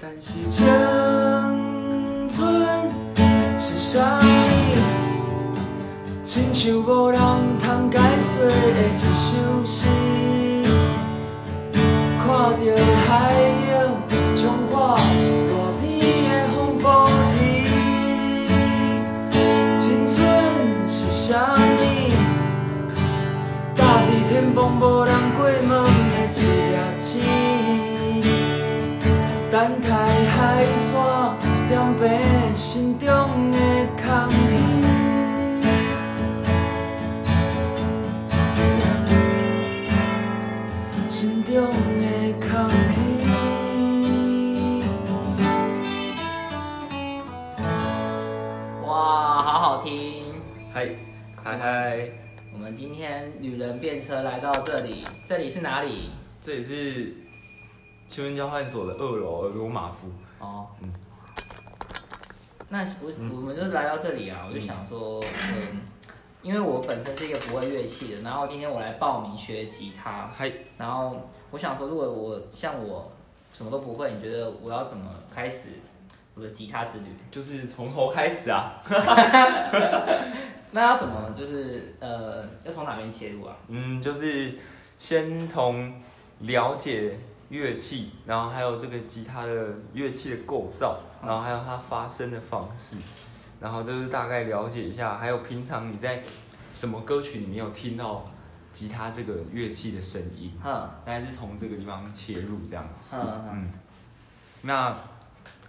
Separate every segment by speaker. Speaker 1: 但是青春是啥物？亲像无人通解释的一首诗，看着海涌冲破热天的风暴天。青春是啥物？搭伫天崩无人过问的一粒星，等待海线点平心中的空虚。心中的空虚。
Speaker 2: 哇，好好听！
Speaker 3: 嗨嗨嗨，
Speaker 2: 我们今天女人变车来到这里，这里是哪里？
Speaker 3: 这里是青春交换所的二楼罗马夫。
Speaker 2: 哦，
Speaker 3: 嗯
Speaker 2: 那我我们就来到这里啊，我就想说，嗯，因为我本身是一个不会乐器的，然后今天我来报名学吉他，
Speaker 3: 嗨，
Speaker 2: 然后我想说，如果我像我什么都不会，你觉得我要怎么开始我的吉他之旅？
Speaker 3: 就是从头开始啊。
Speaker 2: 那要怎么就是呃，要从哪边切入啊？
Speaker 3: 嗯，就是先从了解乐器，然后还有这个吉他的乐器的构造，然后还有它发声的方式，然后就是大概了解一下，还有平常你在什么歌曲里面有听到吉他这个乐器的声音，
Speaker 2: 哼
Speaker 3: 大概是从这个地方切入这样子。
Speaker 2: 哼哼，
Speaker 3: 嗯，那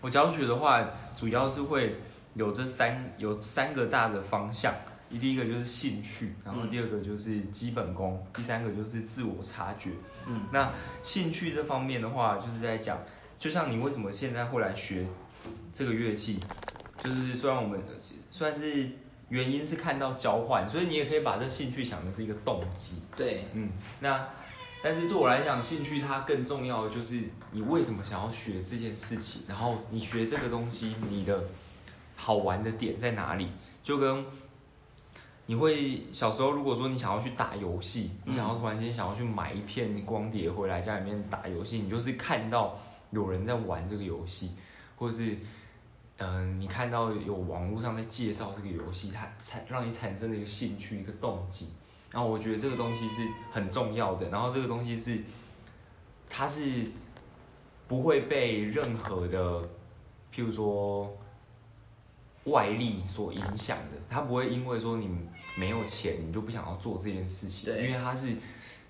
Speaker 3: 我教学的话，主要是会有这三有三个大的方向，第一个就是兴趣，然后
Speaker 2: 嗯
Speaker 3: 第二个就是基本功，第三个就是自我察觉。
Speaker 2: 嗯，
Speaker 3: 那兴趣这方面的话，就是在讲，就像你为什么现在会来学这个乐器，就是虽然我们算是原因是看到交换，所以你也可以把这兴趣想的是一个动机。
Speaker 2: 对，
Speaker 3: 嗯，那但是对我来讲，兴趣它更重要的就是你为什么想要学这件事情，然后你学这个东西，你的好玩的点在哪里？就跟你会小时候，如果说你想要去打游戏，
Speaker 2: 嗯
Speaker 3: 你想要突然间想要去买一片光碟回来家里面打游戏，你就是看到有人在玩这个游戏，或者是。嗯，你看到有网络上在介绍这个游戏，它产让你产生了一个兴趣，一个动机。然后我觉得这个东西是很重要的，然后这个东西是，它是不会被任何的，譬如说外力所影响的，它不会因为说你没有钱你就不想要做这件事情，因
Speaker 2: 对
Speaker 3: 为它是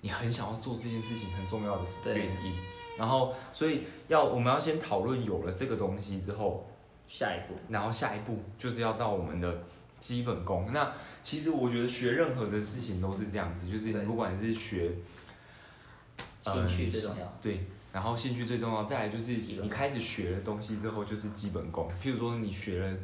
Speaker 3: 你很想要做这件事情很重要的
Speaker 2: 对
Speaker 3: 原因。然后，所以要我们要先讨论有了这个东西之后，
Speaker 2: 下一步，
Speaker 3: 然后下一步就是要到我们的基本功。那其实我觉得学任何的事情都是这样子，就是
Speaker 2: 对
Speaker 3: 不管是学
Speaker 2: 兴趣
Speaker 3: 呃
Speaker 2: 最重要，
Speaker 3: 对，然后兴趣最重要，再来就是
Speaker 2: 基本
Speaker 3: 你开始学了东西之后就是基本功。譬如说你学了，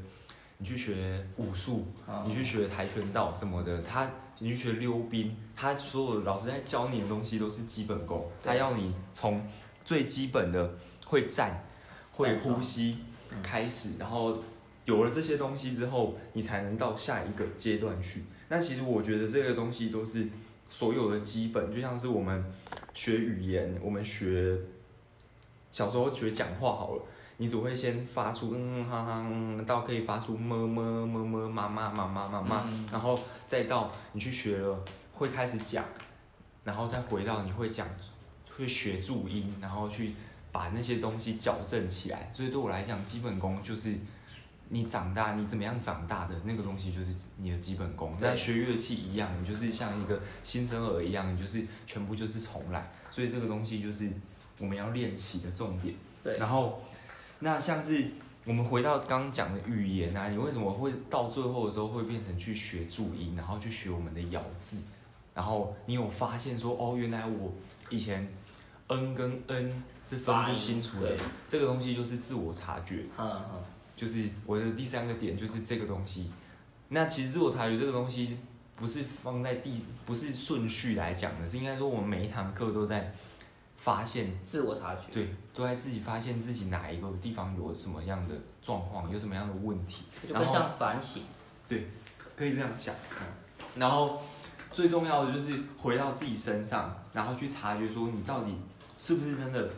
Speaker 3: 你去学武术，
Speaker 2: 嗯
Speaker 3: 你去学跆拳道什么的，他你去学溜冰，他所有老师在教你的东西都是基本功，
Speaker 2: 对
Speaker 3: 他要你从最基本的会站、会
Speaker 2: 站桩
Speaker 3: 呼吸
Speaker 2: 嗯
Speaker 3: 开始，然后有了这些东西之后，你才能到下一个阶段去。那其实我觉得这个东西都是所有的基本，就像是我们学语言，我们学小时候学讲话好了。你只会先发出嗯嗯哈哈嗯，到可以发出么么么么妈妈妈妈妈妈，
Speaker 2: 嗯
Speaker 3: 然后再到你去学了会开始讲，然后再回到你会讲，会学注音，然后去把那些东西矫正起来。所以对我来讲，基本功就是你长大你怎么样长大的那个东西，就是你的基本功。
Speaker 2: 对
Speaker 3: 那学乐器一样，你就是像一个新生儿一样，你就是全部就是重来。所以这个东西就是我们要练习的重点。
Speaker 2: 对，
Speaker 3: 然后，那像是我们回到刚刚讲的语言啊，你为什么会到最后的时候会变成去学注音，然后去学我们的咬字？然后你有发现说，哦，原来我以前 n 跟 n 是分
Speaker 2: 发
Speaker 3: 不
Speaker 2: 音
Speaker 3: 清楚的
Speaker 2: 对。
Speaker 3: 这个东西就是自我察觉，
Speaker 2: 嗯嗯。
Speaker 3: 就是我的第三个点就是这个东西。那其实自我察觉这个东西不是放在第，不是顺序来讲的，是应该说我们每一堂课都在发现
Speaker 2: 自我察觉。
Speaker 3: 对，都在自己发现自己哪一个地方有什么样的状况，有什么样的问题，
Speaker 2: 就
Speaker 3: 然
Speaker 2: 更
Speaker 3: 后
Speaker 2: 像反省。
Speaker 3: 可以这样想。然后最重要的就是回到自己身上，然后去察觉说你到底是不是真的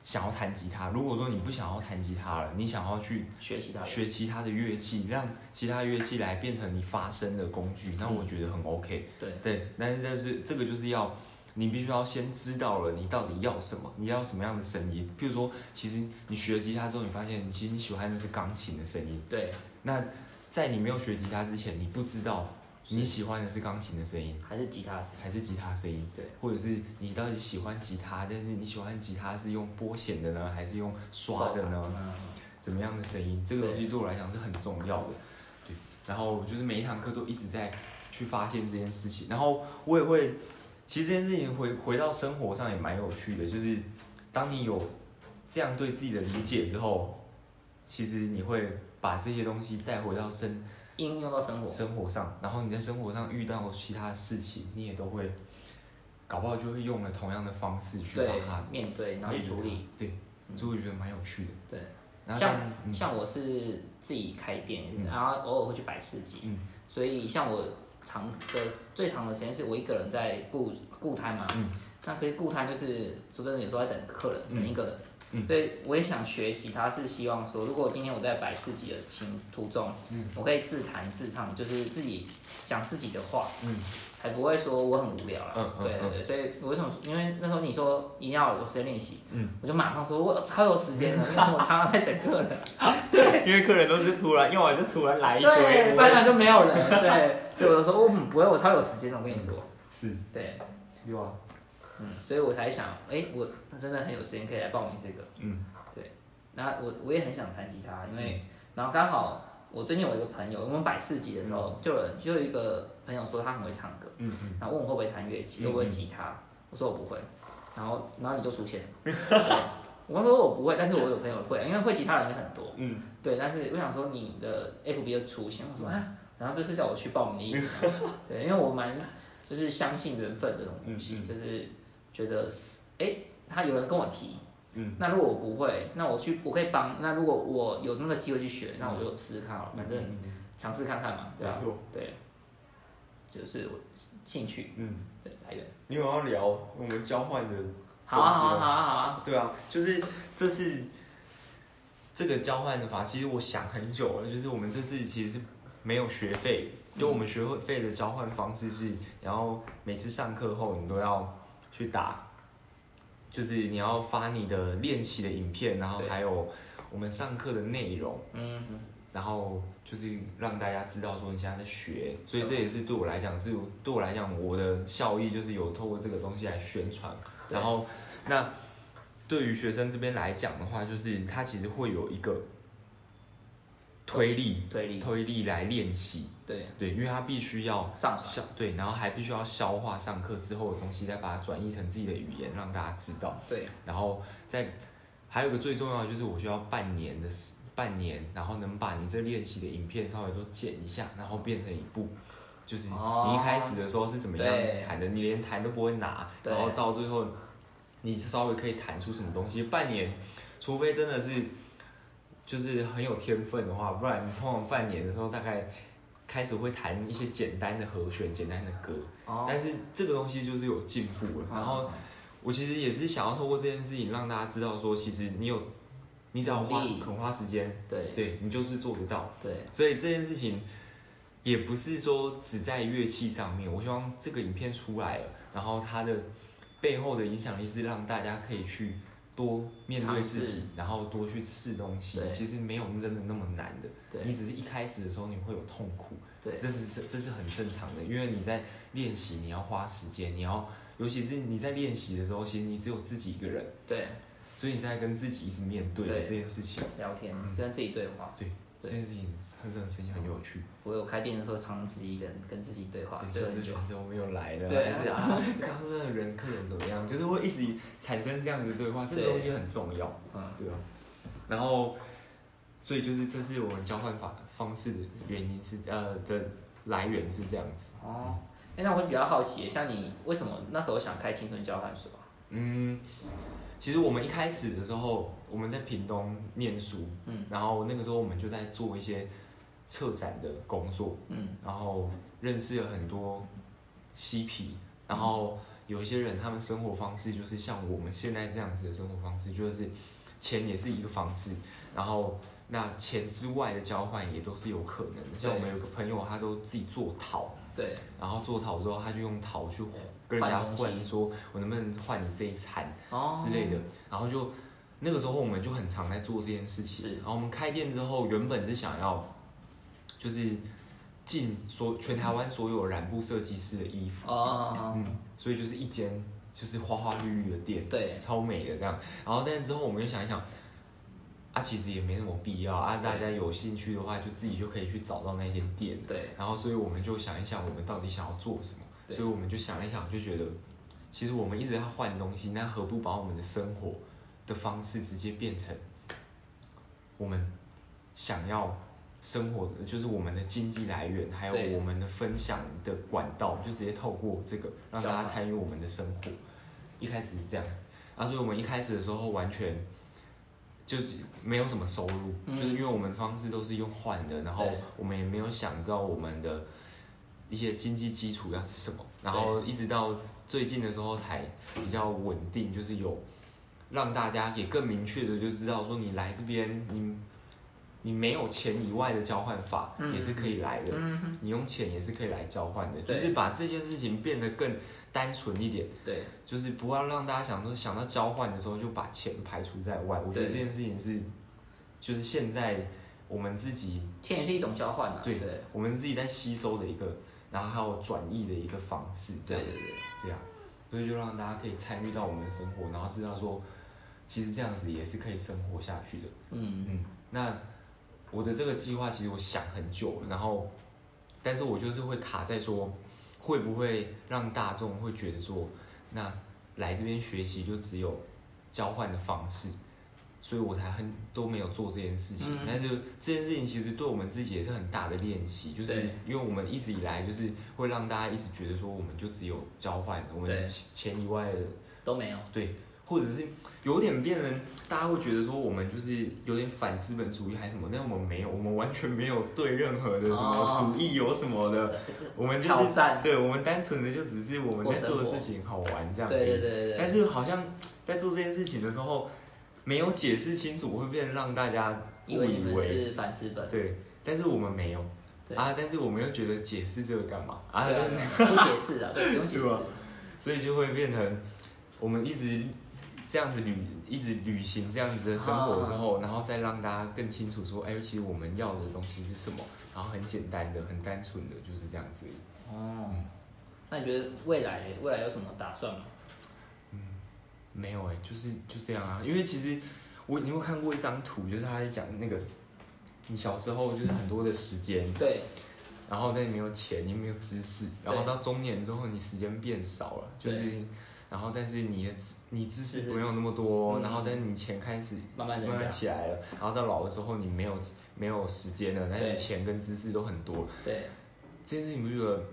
Speaker 3: 想要弹吉他，如果说你不想要弹吉他了，你想要去
Speaker 2: 学习到
Speaker 3: 学其他的乐器，让其他乐器来变成你发声的工具，那我觉得很 OK。
Speaker 2: 嗯对
Speaker 3: 对，但是但是这个就是要你必须要先知道了你到底要什么，你要什么样的声音。譬如说，其实你学吉他之后，你发现你其实你喜欢的是钢琴的声音。
Speaker 2: 对，
Speaker 3: 那在你没有学吉他之前，你不知道
Speaker 2: 是
Speaker 3: 你喜欢的是钢琴的声音
Speaker 2: 还是吉他声，
Speaker 3: 还是吉他声音，
Speaker 2: 对，
Speaker 3: 或者是你到底喜欢吉他，但是你喜欢吉他是用拨弦的呢，还是用刷的呢？
Speaker 2: 嗯，
Speaker 3: 怎么样的声音，这个东西对我来讲是很重要的。对，然后我就是每一堂课都一直在去发现这件事情，然后我也会，其实这件事情回回到生活上也蛮有趣的，就是当你有这样对自己的理解之后，其实你会把这些东西带回到生
Speaker 2: 应用到生活，
Speaker 3: 生活上，然后你在生活上遇到其他的事情，你也都会，搞不好就会用了同样的方式去把
Speaker 2: 对
Speaker 3: 它，
Speaker 2: 面对，然后去处理，。
Speaker 3: 哎对，啊所以我觉得蛮有趣的。
Speaker 2: 对。
Speaker 3: 然后
Speaker 2: 像
Speaker 3: 当嗯
Speaker 2: 像我是自己开店，
Speaker 3: 嗯
Speaker 2: 然后偶尔会去摆市集，
Speaker 3: 嗯
Speaker 2: 所以像我长的最长的时间是我一个人在顾顾摊嘛，
Speaker 3: 嗯
Speaker 2: 那可是顾摊就是说真的有时候在等客人，
Speaker 3: 嗯
Speaker 2: 等一个人。
Speaker 3: 嗯
Speaker 2: 所以我也想学吉他，是希望说，如果今天我在摆市集的行途中，
Speaker 3: 嗯
Speaker 2: 我可以自弹自唱，就是自己讲自己的话，
Speaker 3: 嗯。
Speaker 2: 才不会说我很无聊啦。
Speaker 3: 嗯嗯
Speaker 2: 对对对，所以我为什么？因为那时候你说一定要有时间练习，
Speaker 3: 嗯，
Speaker 2: 我就马上说我超有时间的，因为我常常在等客人，
Speaker 3: 因为客人都是突然，要么就突然来一
Speaker 2: 对，
Speaker 3: 堆，
Speaker 2: 不然就没有人，对，所以我就说我嗯不会，我超有时间的，我跟你说，
Speaker 3: 是
Speaker 2: 对，
Speaker 3: 有啊，
Speaker 2: 嗯，所以我才想，哎，我真的很有时间可以来报名这个，
Speaker 3: 嗯，
Speaker 2: 对，那我我也很想弹吉他，因为然后刚好我最近有一个朋友，我们摆市集的时候，就有人就有一个朋友说他很会唱歌。
Speaker 3: 嗯嗯，
Speaker 2: 然后问我会不会弹乐
Speaker 3: 嗯
Speaker 2: 器，会不会吉他，我说我不会，然后然后你就出现了， 对我刚说我不会，但是我有朋友会，因为会吉他的人也很多，
Speaker 3: 嗯，
Speaker 2: 对，但是我想说你的 FB 就出现，我说啊，然后这是叫我去报名的意思 吗，对，因为我蛮就是相信缘分这种东西，
Speaker 3: 嗯嗯
Speaker 2: 就是觉得哎、诶他有人跟我提。
Speaker 3: 嗯，
Speaker 2: 那如果我不会，那我去我可以帮。那如果我有那个机会去学，
Speaker 3: 嗯
Speaker 2: 那我就试试看好了，反正尝试看看嘛，对吧、
Speaker 3: 错，
Speaker 2: 对，就是我兴趣
Speaker 3: 嗯，
Speaker 2: 的来源。
Speaker 3: 你有要聊我们交换的，
Speaker 2: 好啊，好啊，好啊，好啊。
Speaker 3: 对啊，就是这次这个交换的法，其实我想很久了，就是我们这次其实是没有学费，就我们学会费的交换方式是，然后每次上课后你都要去打，就是你要发你的练习的影片，然后
Speaker 2: 对
Speaker 3: 还有我们上课的内容。
Speaker 2: 嗯，
Speaker 3: 然后就是让大家知道说你现在在学，所以
Speaker 2: 是
Speaker 3: 这也是对我来讲是对我来讲我的效益就是有透过这个东西来宣传。
Speaker 2: 对
Speaker 3: 然后那对于学生这边来讲的话，就是他其实会有一个推力
Speaker 2: 推理，
Speaker 3: 推力来练习，
Speaker 2: 对，
Speaker 3: 对，因为他必须要
Speaker 2: 上传，
Speaker 3: 消对，然后还必须要消化上课之后的东西，再把它转译成自己的语言让大家知道。
Speaker 2: 对，
Speaker 3: 然后再还有一个最重要的就是我需要半年的时半年，然后能把你这练习的影片稍微都剪一下，然后变成一部，就是
Speaker 2: 哦
Speaker 3: 嗯你一开始的时候是怎么样
Speaker 2: 对
Speaker 3: 弹的，你连弹都不会拿，
Speaker 2: 对
Speaker 3: 然后到最后你稍微可以弹出什么东西。半年，除非真的是就是很有天分的话，不然你通常半年的时候大概。开始会弹一些简单的和弦、简单的歌，
Speaker 2: 哦，啊
Speaker 3: 但是这个东西就是有进步了。然后我其实也是想要透过这件事情让大家知道，说其实你有，你只要花
Speaker 2: 努力
Speaker 3: 肯花时间，
Speaker 2: 对
Speaker 3: 对你就是做得到。
Speaker 2: 对
Speaker 3: 所以这件事情也不是说只在乐器上面，我希望这个影片出来了，然后它的背后的影响力是让大家可以去多面对
Speaker 2: 尝
Speaker 3: 自
Speaker 2: 试
Speaker 3: 己，然后多去试东西。
Speaker 2: 对
Speaker 3: 其实没有真的那么难的，你
Speaker 2: 对
Speaker 3: 只是一开始的时候你会有痛苦，
Speaker 2: 对
Speaker 3: 这是这是很正常的，因为你在练习，你要花时间，你要，尤其是你在练习的时候，其实你只有自己一个人，
Speaker 2: 对，
Speaker 3: 所以你在跟自己一直面对
Speaker 2: 对
Speaker 3: 这件事情，
Speaker 2: 聊天，
Speaker 3: 嗯
Speaker 2: 跟自己对话。
Speaker 3: 对，这
Speaker 2: 对
Speaker 3: 件事情，这件事情很有趣，
Speaker 2: 我有开店的时候，常常自己一个人跟自己对话，
Speaker 3: 对，
Speaker 2: 对
Speaker 3: 就
Speaker 2: 很
Speaker 3: 是
Speaker 2: 久
Speaker 3: 觉。得我没有来了，
Speaker 2: 对
Speaker 3: 还是啊，刚刚那个人客人怎么样，就是会一直产生这样子的对话，这个
Speaker 2: 对
Speaker 3: 东西很重要，
Speaker 2: 嗯，
Speaker 3: 对啊，然后，所以就是这是我们交换法方式的原因是呃的来源是这样子。
Speaker 2: 哦，哎，那我比较好奇，像你为什么那时候想开青春交换所啊？
Speaker 3: 嗯，其实我们一开始的时候，我们在屏东念书，
Speaker 2: 嗯，
Speaker 3: 然后那个时候我们就在做一些策展的工作，
Speaker 2: 嗯，
Speaker 3: 然后认识了很多嬉皮，然后有一些人他们生活方式就是像我们现在这样子的生活方式，就是钱也是一个方式，然后那钱之外的交换也都是有可能的。像我们有个朋友，他都自己做陶，
Speaker 2: 对，
Speaker 3: 然后做陶之后，他就用陶去跟人家
Speaker 2: 换东西
Speaker 3: 换，说我能不能换你这一餐
Speaker 2: 哦
Speaker 3: 之类的，然后就那个时候我们就很常在做这件事情
Speaker 2: 是。
Speaker 3: 然后我们开店之后，原本是想要就是进所全台湾所有染布设计师的衣服，
Speaker 2: 哦，
Speaker 3: 嗯，所以就是一间就是花花绿绿的店，
Speaker 2: 对，
Speaker 3: 超美的这样。然后但是之后我们就想一想。啊，其实也没什么必要啊！大家有兴趣的话，就自己就可以去找到那间店。
Speaker 2: 对，
Speaker 3: 然后所以我们就想一想，我们到底想要做什么？
Speaker 2: 对
Speaker 3: 所以我们就想一想，就觉得其实我们一直在换东西，那何不把我们的生活的方式直接变成我们想要生活的，就是我们的经济来源，还
Speaker 2: 对
Speaker 3: 有我们的分享的管道，就直接透过这个让大家参与我们的生活。一开始是这样子，啊，所以我们一开始的时候完全。就没有什么收入，
Speaker 2: 嗯
Speaker 3: 就是因为我们方式都是用换的，然后
Speaker 2: 对
Speaker 3: 我们也没有想到我们的一些经济基础要是什么，然后一直到最近的时候才比较稳定，就是有让大家也更明确的就知道说你来这边你。你没有钱以外的交换法
Speaker 2: 嗯
Speaker 3: 也是可以来的，
Speaker 2: 嗯哼，
Speaker 3: 你用钱也是可以来交换的，就
Speaker 2: 对
Speaker 3: 是把这件事情变得更单纯一点，
Speaker 2: 对，
Speaker 3: 就是不要让大家想说想到交换的时候就把钱排除在外。我觉得这
Speaker 2: 对
Speaker 3: 件事情是，就是现在我们自己
Speaker 2: 钱也是一种交换啊，
Speaker 3: 对
Speaker 2: 对，
Speaker 3: 我们自己在吸收的一个，然后还有转译的一个方式，这
Speaker 2: 对
Speaker 3: 样
Speaker 2: 对
Speaker 3: 子，
Speaker 2: 对，
Speaker 3: 对啊，所以就让大家可以参与到我们的生活，然后知道说，其实这样子也是可以生活下去的。
Speaker 2: 嗯，
Speaker 3: 嗯，那我的这个计划其实我想很久了，然后，但是我就是会卡在说，会不会让大众会觉得说，那来这边学习就只有交换的方式，所以我才很都没有做这件事情。
Speaker 2: 嗯
Speaker 3: 但是这件事情其实对我们自己也是很大的练习，就是
Speaker 2: 对
Speaker 3: 因为我们一直以来就是会让大家一直觉得说，我们就只有交换，我
Speaker 2: 对
Speaker 3: 们钱钱以外的
Speaker 2: 都 没有，
Speaker 3: 对，或者是有点变成大家会觉得说我们就是有点反资本主义还是什么，但我们没有，我们完全没有对任何的什么
Speaker 2: 哦
Speaker 3: 主义有什么的，我们就是
Speaker 2: 挑战，
Speaker 3: 对我们单纯的就只是我们在做的事情好玩这
Speaker 2: 对
Speaker 3: 样而已。
Speaker 2: 对对对
Speaker 3: 但
Speaker 2: 对，
Speaker 3: 是好像在做这件事情的时候，没有解释清楚，会变成让大家误
Speaker 2: 因为你
Speaker 3: 以
Speaker 2: 们
Speaker 3: 为
Speaker 2: 是反资本，
Speaker 3: 对，但是我们没有
Speaker 2: 对
Speaker 3: 啊，但是我们又觉得解释这个干嘛啊？
Speaker 2: 对
Speaker 3: 但是
Speaker 2: 啊，不解 释啊，对，不用解
Speaker 3: 对
Speaker 2: 释
Speaker 3: 吧，所以就会变成我们一直这样子旅，一直旅行这样子的生活之
Speaker 2: 啊
Speaker 3: 后，然后再让大家更清楚说，哎、其实我们要的东西是什么，然后很简单的、很单纯的，就是这样子而已。
Speaker 2: 哦，那你觉得未来未来有什么打算吗？
Speaker 3: 没有哎、就是就这样啊。因为其实我你有没有看过一张图，就是他在讲那个你小时候就是很多的时间，
Speaker 2: 对，
Speaker 3: 然后但你没有钱，你没有知识，
Speaker 2: 对
Speaker 3: 然后到中年之后你时间变少了，就
Speaker 2: 对
Speaker 3: 是。然后，但是你的知你知
Speaker 2: 知
Speaker 3: 识
Speaker 2: 识
Speaker 3: 没有那么多，
Speaker 2: 嗯
Speaker 3: 然后但是你钱开始
Speaker 2: 慢慢
Speaker 3: 慢
Speaker 2: 增
Speaker 3: 慢
Speaker 2: 加，
Speaker 3: 起来了，然后到老的时候你没有没有时间了，但是
Speaker 2: 对
Speaker 3: 你钱跟知识都很多，
Speaker 2: 对
Speaker 3: 这件事情你不觉得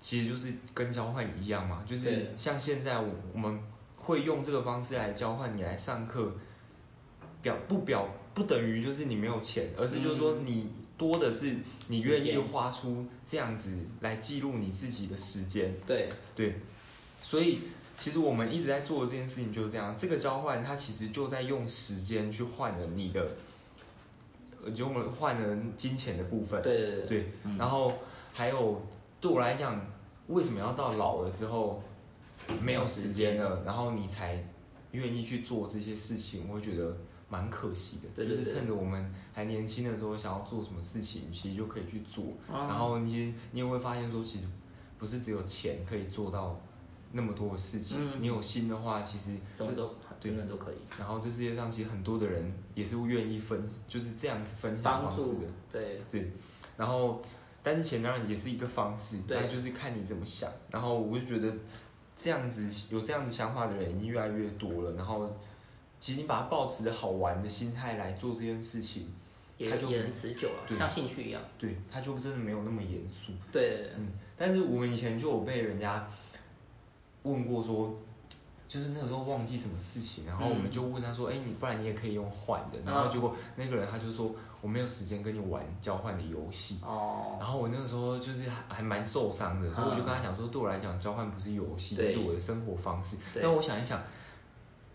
Speaker 3: 其实就是跟交换一样吗？就是
Speaker 2: 对
Speaker 3: 像现在我我们会用这个方式来交换你来上课，表不表不等于就是你没有钱，而是就是说你多的是你愿
Speaker 2: 嗯时
Speaker 3: 意
Speaker 2: 间
Speaker 3: 花出这样子来记录你自己的时间，
Speaker 2: 对
Speaker 3: 对，所以其实我们一直在做的这件事情就是这样，这个交换它其实就在用时间去换了你的，呃，就我们换了金钱的部分，
Speaker 2: 对对对，
Speaker 3: 对
Speaker 2: 嗯
Speaker 3: 然后还有对我来讲，为什么要到老了之后没有时间了，然后你才愿意去做这些事情，我会觉得蛮可惜的。
Speaker 2: 对对
Speaker 3: 就是
Speaker 2: 对
Speaker 3: 趁着我们还年轻的时候，想要做什么事情，其实就可以去做。
Speaker 2: 然
Speaker 3: 然后你你也会发现说，其实不是只有钱可以做到那么多的事情，
Speaker 2: 嗯
Speaker 3: 你有心的话，其实
Speaker 2: 什么都真的都可以
Speaker 3: 然后这世界上其实很多的人也是愿意分，就是这样子分享
Speaker 2: 帮
Speaker 3: 方式
Speaker 2: 助
Speaker 3: 的。，
Speaker 2: 对
Speaker 3: 然后，但是钱当然也是一个方式，
Speaker 2: 对
Speaker 3: 那就是看你怎么想。然后我就觉得这样子有这样子想法的人已经越来越多了。然后，其实你把它抱持着好玩的心态来做这件事情，
Speaker 2: 也
Speaker 3: 他就
Speaker 2: 也很持久啊，
Speaker 3: 对
Speaker 2: 像兴趣一样，
Speaker 3: 对，它就真的没有那么严肃。
Speaker 2: 对对对
Speaker 3: 但是我们以前就有被人家问过说，就是那个时候忘记什么事情，然后我
Speaker 2: 嗯
Speaker 3: 们就问他说：“哎、你不然你也可以用换的。”然后结果那个人他就说：“我没有时间跟你玩交换的游戏。”
Speaker 2: 哦，
Speaker 3: 然后我那个时候就是还还蛮受伤的，所以我就跟他讲说：“对我来讲，交换不是游戏，
Speaker 2: 嗯对
Speaker 3: 这是我的生活方式。”
Speaker 2: 对
Speaker 3: 但我想一想，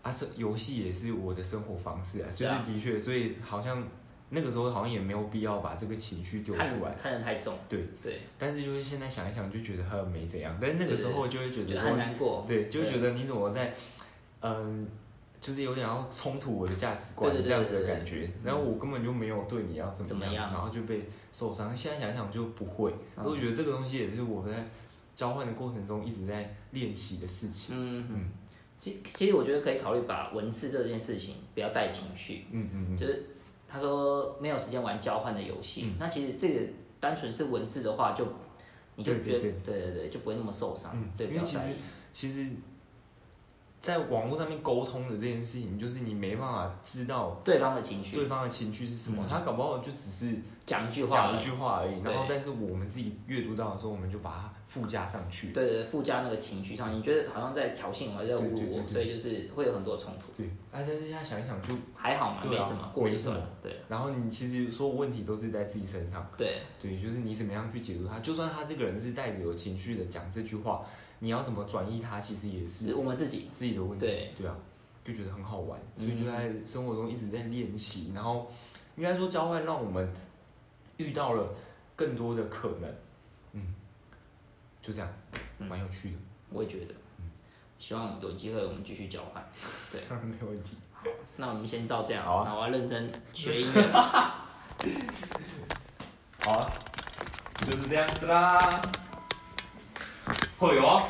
Speaker 3: 啊，这游戏也是我的生活方式啊，
Speaker 2: 是
Speaker 3: 就
Speaker 2: 啊
Speaker 3: 是的确，所以好像那个时候好像也没有必要把这个情绪丢出
Speaker 2: 看
Speaker 3: 来。
Speaker 2: 看得太重，
Speaker 3: 对，
Speaker 2: 对，
Speaker 3: 但是就是现在想一想，就觉得他没怎样，但是那个时候就会觉得
Speaker 2: 觉得
Speaker 3: 说
Speaker 2: 很难过，
Speaker 3: 对，就觉得你怎么在，嗯，就是有点要冲突我的价值观
Speaker 2: 对对对
Speaker 3: 这样子的
Speaker 2: 对对
Speaker 3: 感觉，然后我根本就没有对你要怎
Speaker 2: 怎么
Speaker 3: 么
Speaker 2: 样
Speaker 3: 然后就被受伤。现在想想就不会，
Speaker 2: 嗯
Speaker 3: 我觉得这个东西也是我在交换的过程中一直在练习的事情。
Speaker 2: 嗯
Speaker 3: 嗯
Speaker 2: 嗯，其其实我觉得可以考虑把文字这件事情不要带情绪，
Speaker 3: 嗯嗯
Speaker 2: 就是他说没有时间玩交换的游戏，
Speaker 3: 嗯
Speaker 2: 那其实这个单纯是文字的话就，你就
Speaker 3: 对
Speaker 2: 觉
Speaker 3: 对
Speaker 2: 得对对对，就不会那么受伤，
Speaker 3: 嗯
Speaker 2: 对，
Speaker 3: 因
Speaker 2: 不
Speaker 3: 为
Speaker 2: 要
Speaker 3: 其
Speaker 2: 在
Speaker 3: 实
Speaker 2: 意，
Speaker 3: 嗯，其实。在网络上面沟通的这件事情，就是你没办法知道
Speaker 2: 对方的情绪
Speaker 3: 对方的情绪是什么，
Speaker 2: 嗯
Speaker 3: 他搞不好就只是
Speaker 2: 讲一句话
Speaker 3: 讲
Speaker 2: 而
Speaker 3: 一
Speaker 2: 已，
Speaker 3: 句话而已。然后
Speaker 2: 对，
Speaker 3: 但是我们自己阅读到的时候，我们就把它附加上去。
Speaker 2: 对对，对附加那个情绪上，你觉得好像在挑衅我，在
Speaker 3: 对
Speaker 2: 侮
Speaker 3: 对
Speaker 2: 辱
Speaker 3: 对对
Speaker 2: 我，所以就是会有很多冲突，
Speaker 3: 对，啊，但是现在想一想就，
Speaker 2: 还好嘛，
Speaker 3: 对
Speaker 2: 没
Speaker 3: 啊
Speaker 2: 什么，过一
Speaker 3: 没什
Speaker 2: 阵
Speaker 3: 么，
Speaker 2: 对
Speaker 3: 然后你其实所有问题都是在自己身上，
Speaker 2: 对
Speaker 3: 对，就是你怎么样去解读他，就算他这个人是带着有情绪的讲这句话，你要怎么转译他，其实也
Speaker 2: 是
Speaker 3: 是
Speaker 2: 我们自己，
Speaker 3: 自己的问题，
Speaker 2: 对嗯
Speaker 3: 啊，就觉得很好玩，所以就在生活中一直在练习，然后应该说交换让我们遇到了更多的可能，嗯，就这样，
Speaker 2: 嗯
Speaker 3: 蛮有趣的，
Speaker 2: 我也觉得，
Speaker 3: 嗯
Speaker 2: 希望有机会我们继续交换，对，
Speaker 3: 当然没有问题，
Speaker 2: 那我们先到这样，
Speaker 3: 好啊
Speaker 2: 那我要认真学音乐，
Speaker 3: 好啊，就是这样子啦，会有。